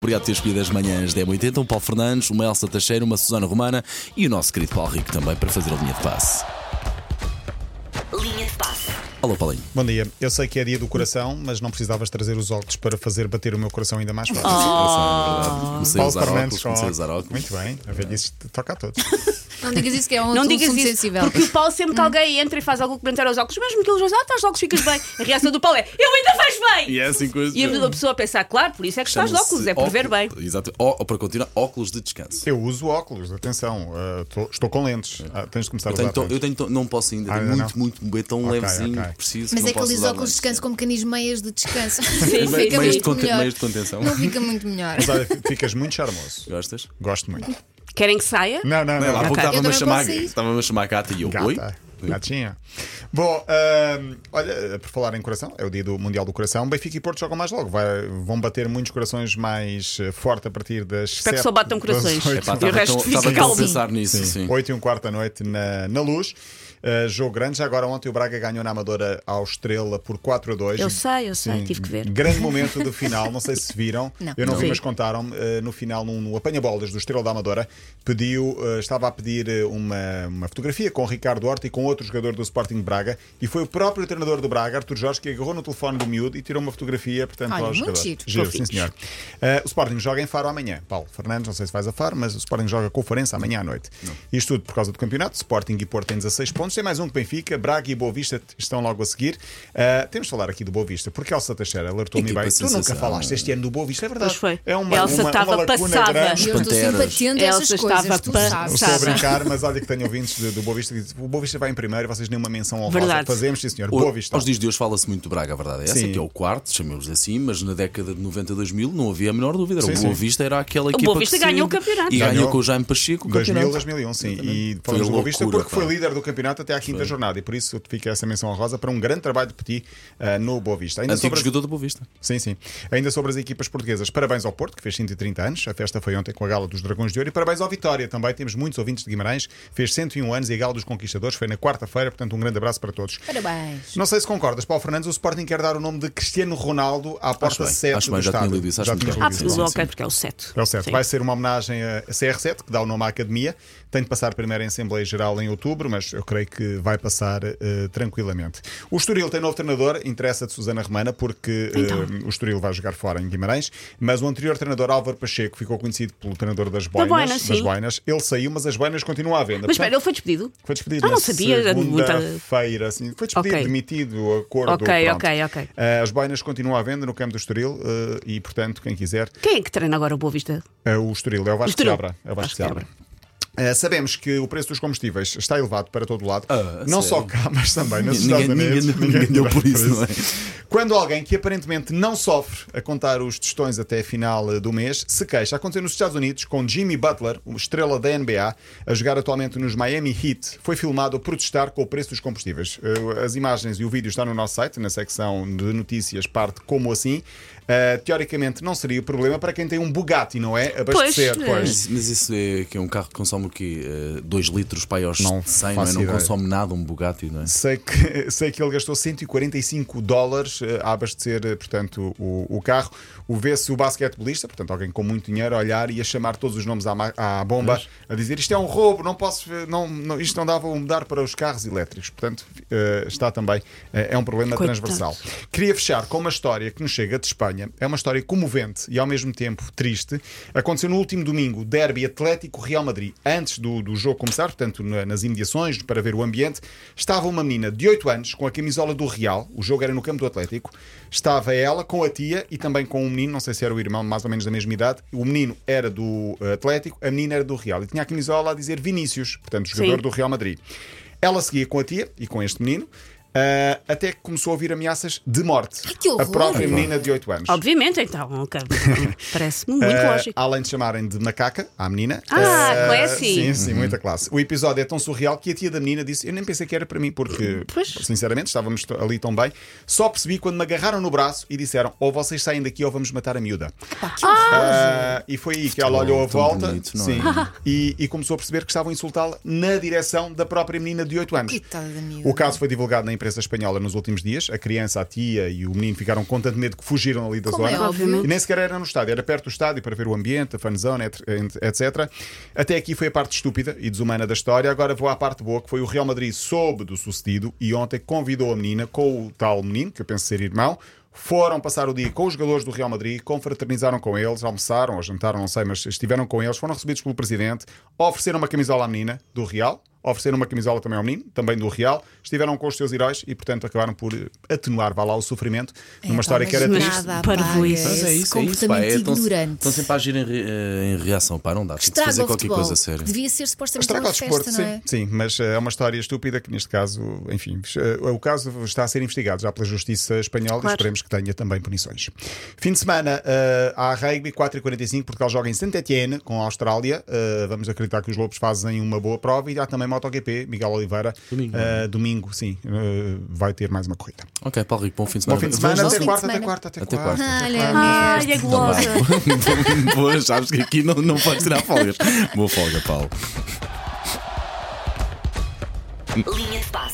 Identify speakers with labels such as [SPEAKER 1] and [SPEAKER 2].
[SPEAKER 1] Obrigado por ter escolhido as manhãs da M80. Um Paulo Fernandes, uma Elsa Teixeira, uma Susana Romana e o nosso querido Paulo Rico também para fazer a linha de passe.
[SPEAKER 2] Linha de passe.
[SPEAKER 1] Alô, Paulinho.
[SPEAKER 3] Bom dia. Eu sei que é dia do coração, mas não precisavas trazer os óculos para fazer bater o meu coração ainda mais fácil.
[SPEAKER 4] Oh.
[SPEAKER 1] Comecei a
[SPEAKER 3] Paulo
[SPEAKER 1] Oh. usar óculos,
[SPEAKER 3] Fernandes com
[SPEAKER 1] comecei a
[SPEAKER 3] óculos.
[SPEAKER 1] usar óculos. É.
[SPEAKER 3] Muito bem, a velhice toca a todos.
[SPEAKER 5] Não digas isso que é um
[SPEAKER 4] Não
[SPEAKER 5] assunto
[SPEAKER 4] digas isso,
[SPEAKER 5] sensível.
[SPEAKER 4] porque o Paulo sempre que alguém entra e faz algum comentário aos óculos, mesmo que ele já ah, estás de óculos, ficas bem. A reação do Paulo é, eu ainda faz bem!
[SPEAKER 1] E é assim coisa.
[SPEAKER 4] E a pessoa a pensar, claro, por isso é que estás de
[SPEAKER 1] Chama-se
[SPEAKER 4] óculos, é por ver bem.
[SPEAKER 1] Exato. Ó, ó, para continuar, óculos de descanso.
[SPEAKER 3] Eu uso óculos, atenção, ah, tô- estou com lentes. Ah, tens de começar
[SPEAKER 1] É. Eu
[SPEAKER 3] a usar
[SPEAKER 1] tenho, tão- eu
[SPEAKER 3] lentes.
[SPEAKER 1] tenho tão- não posso ainda,
[SPEAKER 3] Ah,
[SPEAKER 1] tenho
[SPEAKER 3] ainda
[SPEAKER 1] muito,
[SPEAKER 3] não.
[SPEAKER 1] muito, é tão
[SPEAKER 3] Ok,
[SPEAKER 1] levezinho
[SPEAKER 3] ok.
[SPEAKER 1] que preciso.
[SPEAKER 5] Mas
[SPEAKER 1] não
[SPEAKER 5] é que
[SPEAKER 1] posso
[SPEAKER 5] ele diz
[SPEAKER 1] usar
[SPEAKER 5] óculos de
[SPEAKER 1] lentes.
[SPEAKER 5] descanso com mecanismos meias de descanso. Fica
[SPEAKER 4] sim.
[SPEAKER 1] Meios de
[SPEAKER 5] muito
[SPEAKER 1] conten-
[SPEAKER 5] melhor.
[SPEAKER 1] meios de contenção.
[SPEAKER 5] Não fica muito melhor.
[SPEAKER 3] Mas olha, fi- ficas muito charmoso.
[SPEAKER 1] Gostas?
[SPEAKER 3] Gosto muito.
[SPEAKER 4] Querem que saia?
[SPEAKER 3] Não, não,
[SPEAKER 1] Não, é
[SPEAKER 3] não.
[SPEAKER 1] lá há pouco
[SPEAKER 4] Eu
[SPEAKER 1] estava-me a
[SPEAKER 5] também
[SPEAKER 1] chamar,
[SPEAKER 5] posso ir.
[SPEAKER 1] estava-me a chamar a Gata e eu. Oi?
[SPEAKER 3] Gata. Gatinha. Bom, ahm, olha, por falar em coração, é o dia do Mundial do Coração. Benfica e Porto jogam mais logo. Vai- vão bater muitos corações mais eh, forte a partir das.
[SPEAKER 4] Espero
[SPEAKER 3] sete-
[SPEAKER 4] que só batam
[SPEAKER 3] das
[SPEAKER 4] corações.
[SPEAKER 3] oito-
[SPEAKER 1] Epá,
[SPEAKER 4] E o
[SPEAKER 1] estava
[SPEAKER 4] resto
[SPEAKER 1] tão-
[SPEAKER 4] fica
[SPEAKER 1] estava tão a
[SPEAKER 4] calmo.
[SPEAKER 1] pensar nisso. Sim.
[SPEAKER 3] 8 e um quarto da noite na, na luz. Uh, jogo grande, já agora ontem o Braga ganhou na Amadora ao Estrela por 4 a 2.
[SPEAKER 4] Eu sei, eu sei, tive que ver.
[SPEAKER 3] Grande momento do final, não sei se viram.
[SPEAKER 5] Não.
[SPEAKER 3] Eu não vi,
[SPEAKER 4] Sim.
[SPEAKER 3] mas contaram-me. uh, no final, num, no apanha-bolas do Estrela da Amadora, pediu, uh, estava a pedir uh, uma, uma fotografia com o Ricardo Horta e com outro jogador do Sporting de Braga. E foi o próprio treinador do Braga, Artur Jorge, que agarrou no telefone do miúdo e tirou uma fotografia, portanto,
[SPEAKER 5] Olha,
[SPEAKER 3] ao
[SPEAKER 5] muito
[SPEAKER 3] jogador.
[SPEAKER 5] giro.
[SPEAKER 3] sim, senhor. Uh, o Sporting joga em Faro amanhã. Paulo Fernandes, não sei se vais a Faro, mas o Sporting joga com o Farense amanhã à noite. Isto tudo por causa do campeonato. Sporting e Porto têm 16 pontos. Tem mais um que Benfica, Braga e Boa Vista t- estão logo a seguir. Uh, temos de falar aqui do Boa Vista, porque Elsa Teixeira alertou-me
[SPEAKER 1] Equipa
[SPEAKER 3] bem. Tu nunca
[SPEAKER 1] sensação.
[SPEAKER 3] falaste este ano do Boa Vista, é verdade.
[SPEAKER 4] Pois foi.
[SPEAKER 3] É uma,
[SPEAKER 4] Elsa
[SPEAKER 3] uma,
[SPEAKER 4] estava
[SPEAKER 3] uma lacuna
[SPEAKER 4] passada.
[SPEAKER 5] E
[SPEAKER 3] grande.
[SPEAKER 5] eu estou sempre
[SPEAKER 1] Panteras.
[SPEAKER 5] atento a essas
[SPEAKER 4] Elsa
[SPEAKER 5] coisas,
[SPEAKER 4] estava
[SPEAKER 5] tu
[SPEAKER 4] pa-
[SPEAKER 5] sabes.
[SPEAKER 3] Estou a
[SPEAKER 4] Passada.
[SPEAKER 3] brincar, mas olha que tenho ouvintes de- do Boa Vista que dizem o Boa Vista vai em primeiro e vocês nem uma menção honrosa.
[SPEAKER 4] Verdade.
[SPEAKER 3] Fazemos, sim senhor.
[SPEAKER 1] O-
[SPEAKER 3] Boa Vista.
[SPEAKER 1] Aos dias de hoje fala-se muito de Braga, a verdade é essa,
[SPEAKER 3] Sim.
[SPEAKER 1] que é o quarto, chamemos assim, mas na década de 90, 2000 não havia a menor dúvida. Era
[SPEAKER 3] Sim,
[SPEAKER 1] o Boa
[SPEAKER 3] sim.
[SPEAKER 1] Vista era aquela equipa
[SPEAKER 4] Boa Vista
[SPEAKER 1] que se-
[SPEAKER 4] ganhou o campeonato.
[SPEAKER 1] E ganhou,
[SPEAKER 3] Ganhou.
[SPEAKER 1] com o Jaime Pacheco o
[SPEAKER 3] 2000,
[SPEAKER 1] campeonato.
[SPEAKER 3] 2001, sim.
[SPEAKER 1] Foi
[SPEAKER 3] E falamos do Boa
[SPEAKER 1] loucura,
[SPEAKER 3] Vista porque
[SPEAKER 1] pá.
[SPEAKER 3] foi líder do campeonato até à quinta jornada e por isso fica essa menção honrosa para um grande trabalho de Petit ah, no Boa Vista. Ainda
[SPEAKER 1] Antigo
[SPEAKER 3] sobre, as-
[SPEAKER 1] jogador do Boa Vista.
[SPEAKER 3] sim, sim. Ainda sobre as equipas portuguesas, parabéns ao Porto, que fez 130 anos. A festa foi ontem com a Gala dos Dragões de Ouro e parabéns ao Vitória também. Temos muitos ouvintes de Guimarães, fez 101 anos e a Gala dos Conquistadores foi na quarta-feira, portanto, um grande abraço para todos.
[SPEAKER 5] Parabéns.
[SPEAKER 3] Não sei se concordas, Paulo Fernandes, o Sporting quer dar o nome de Cristiano Ronaldo à porta
[SPEAKER 1] bem,
[SPEAKER 3] 7
[SPEAKER 1] acho
[SPEAKER 3] do
[SPEAKER 1] bem, já tinha
[SPEAKER 3] estádio.
[SPEAKER 1] lido isso, acho muito
[SPEAKER 3] tínhamos
[SPEAKER 1] bem.
[SPEAKER 4] Ah,
[SPEAKER 3] lido
[SPEAKER 1] Sim,
[SPEAKER 4] tudo
[SPEAKER 1] sim.
[SPEAKER 4] ok, porque é o 7.
[SPEAKER 3] é o certo. Vai ser uma homenagem a a CR7, que dá o nome à Academia. Tem de passar primeiro em Assembleia Geral em outubro, mas eu creio que vai passar eh, tranquilamente. O Estoril tem novo treinador, interessa de Susana Romana, porque eh,
[SPEAKER 4] Então.
[SPEAKER 3] o Estoril vai jogar fora em Guimarães. Mas o anterior treinador, Álvaro Pacheco, ficou conhecido pelo treinador das boinas.
[SPEAKER 4] boina,
[SPEAKER 3] das
[SPEAKER 4] sim.
[SPEAKER 3] boinas. Ele saiu, mas as boinas continuam à venda.
[SPEAKER 4] Mas espera,
[SPEAKER 3] Portanto,
[SPEAKER 4] ele foi despedido?
[SPEAKER 3] foi despedido
[SPEAKER 4] Ah, não
[SPEAKER 3] na
[SPEAKER 4] sabia, era de muita-
[SPEAKER 3] segunda-feira. assim. Foi despedido,
[SPEAKER 4] Ok.
[SPEAKER 3] demitido, acordo.
[SPEAKER 4] Ok,
[SPEAKER 3] pronto.
[SPEAKER 4] ok, ok.
[SPEAKER 3] Eh, as boinas continuam à venda no campo do Estoril eh, e, portanto, quem quiser,
[SPEAKER 4] Quem é que treina agora o Boa Vista?
[SPEAKER 3] é o Estoril, é o Vasco
[SPEAKER 4] Estoril.
[SPEAKER 3] Seabra. É o Vasco
[SPEAKER 4] Vasco
[SPEAKER 3] Seabra. Eh, sabemos que o preço dos combustíveis está elevado para todo o lado,
[SPEAKER 1] Ah, sério?
[SPEAKER 3] não só cá, mas também nos
[SPEAKER 1] Ninguém-
[SPEAKER 3] Estados Unidos.
[SPEAKER 1] ninguém- ninguém deu por isso, não é?
[SPEAKER 3] Quando alguém que aparentemente não sofre a contar os testões até a final eh, do mês se queixa. Aconteceu nos Estados Unidos com Jimmy Butler, uma estrela da NBA, a jogar atualmente nos Miami Heat. Foi filmado a protestar com o preço dos combustíveis. Eh, As imagens e o vídeo estão no nosso site, na secção de notícias, parte como assim. Eh, teoricamente não seria problema para quem tem um Bugatti, não é? Abastecer.
[SPEAKER 4] Pois,
[SPEAKER 1] Mas, mas isso é que é um carro que consome o quê? 2 litros para aí aos 100,
[SPEAKER 3] Não
[SPEAKER 1] não é?
[SPEAKER 3] faço
[SPEAKER 1] Não
[SPEAKER 3] ideia.
[SPEAKER 1] consome nada um Bugatti, não é?
[SPEAKER 3] Sei que, sei que ele gastou 145 dólares eh, a abastecer, eh, portanto, o, o carro. O vê-se o basquetebolista, portanto, alguém com muito dinheiro, a olhar e a chamar todos os nomes à, ma- à bomba, a dizer isto é um roubo, não posso, eh, não, não- isto não dava a mudar para os carros elétricos. Portanto, eh, está também, eh, é um problema
[SPEAKER 4] Coitado.
[SPEAKER 3] transversal. Queria fechar com uma história que nos chega de Espanha. É uma história comovente e ao mesmo tempo triste. Aconteceu no último domingo, derby Atlético-Real Madrid. Antes do, do jogo começar, portanto, na- nas imediações, para ver o ambiente, estava uma menina de 8 anos com a camisola do Real. O jogo era no campo do Atlético. Estava ela com a tia e também com um menino, não sei se era o irmão, mais ou menos da mesma idade. O menino era do eh, Atlético, a menina era do Real. E tinha a camisola a dizer Vinícius, portanto, jogador
[SPEAKER 4] Sim.
[SPEAKER 3] do Real Madrid. Ela seguia com a tia e com este menino. ah, até que começou a ouvir ameaças de morte.
[SPEAKER 5] Ai, que horror!
[SPEAKER 3] a própria menina de 8 anos.
[SPEAKER 4] Obviamente, então. ok. Parece-me muito
[SPEAKER 3] Ah,
[SPEAKER 4] lógico.
[SPEAKER 3] além de chamarem de macaca à menina. Eh,
[SPEAKER 4] Ah, classy.
[SPEAKER 3] Sim, sim,
[SPEAKER 1] Uhum.
[SPEAKER 3] muita classe. O episódio é tão surreal que a tia da menina disse: Eu nem pensei que era para mim, porque,
[SPEAKER 4] Pois.
[SPEAKER 3] sinceramente, estávamos t- ali tão bem. Só percebi quando me agarraram no braço e disseram: Ou vocês saem daqui ou vamos matar a miúda.
[SPEAKER 5] Pá, que horror.
[SPEAKER 3] Ah, e foi aí que ela olhou a
[SPEAKER 1] tão
[SPEAKER 3] volta
[SPEAKER 1] bonito, não é?
[SPEAKER 3] sim, e, e começou a perceber que estavam a insultá-la na direção da própria menina de 8 anos.
[SPEAKER 5] Coitada da miúda.
[SPEAKER 3] O caso foi divulgado na imprensa. imprensa espanhola nos últimos dias. A criança, a tia e o menino ficaram com tanto medo que fugiram ali da
[SPEAKER 5] Como
[SPEAKER 3] zona.
[SPEAKER 5] é óbvio.
[SPEAKER 3] E nem sequer era no estádio, era perto do estádio para ver o ambiente, a fanzone, et- etc. Até aqui foi a parte estúpida e desumana da história. Agora vou à parte boa, que foi o Real Madrid soube do sucedido e ontem convidou a menina com o tal menino, que eu penso ser irmão. Foram passar o dia com os jogadores do Real Madrid, confraternizaram com eles, almoçaram ou jantaram, não sei, mas estiveram com eles, foram recebidos pelo presidente, ofereceram uma camisola à menina do Real, ofereceram uma camisola também ao menino, também do Real, estiveram com os seus heróis e, portanto, acabaram por eh, atenuar, vá lá, o sofrimento
[SPEAKER 5] É,
[SPEAKER 3] numa história que era
[SPEAKER 4] mas
[SPEAKER 3] triste.
[SPEAKER 4] nada
[SPEAKER 5] parvoíce.
[SPEAKER 4] parvoíce.
[SPEAKER 1] Mas é isso, é isso, pá.
[SPEAKER 5] comportamento
[SPEAKER 1] É, tão-
[SPEAKER 5] ignorante.
[SPEAKER 1] tão sempre a agir em, re- eh, em reação, pá. Não dá. Tem que se
[SPEAKER 5] Estraga
[SPEAKER 1] fazer
[SPEAKER 5] o
[SPEAKER 1] qualquer
[SPEAKER 5] futebol.
[SPEAKER 1] coisa séria.
[SPEAKER 5] Devia ser supostamente
[SPEAKER 3] Estraga
[SPEAKER 5] uma
[SPEAKER 3] o desporto,
[SPEAKER 5] festa, não
[SPEAKER 3] sim,
[SPEAKER 5] é?
[SPEAKER 3] sim, mas eh, é uma história estúpida que neste caso, enfim, eh, o caso está a ser investigado já pela Justiça Espanhola e
[SPEAKER 4] Claro.
[SPEAKER 3] esperemos que tenha também punições. Fim de semana, eh, há rugby 4h45, Portugal joga em Saint-Etienne com a Austrália. Eh, vamos acreditar que os Lobos fazem uma boa prova e há também MotoGP, Miguel Oliveira.
[SPEAKER 1] Domingo. é?
[SPEAKER 3] eh, domingo, sim, eh, vai ter mais uma corrida.
[SPEAKER 1] Ok, Paulo Rico, bom fim de semana.
[SPEAKER 3] Bom fim de
[SPEAKER 1] Vamos
[SPEAKER 3] semana,
[SPEAKER 1] lá-
[SPEAKER 3] até
[SPEAKER 5] Bom fim de
[SPEAKER 3] quarta, até
[SPEAKER 5] semana.
[SPEAKER 3] quarta,
[SPEAKER 1] Até
[SPEAKER 3] até quarta.
[SPEAKER 1] quarta.
[SPEAKER 5] Ah, Olha,
[SPEAKER 4] Ai, é
[SPEAKER 1] Então
[SPEAKER 4] gulosa.
[SPEAKER 1] vá. Boa, sabes que aqui não, não podes tirar folgas. Boa folga, Paulo.
[SPEAKER 2] Linha de passe.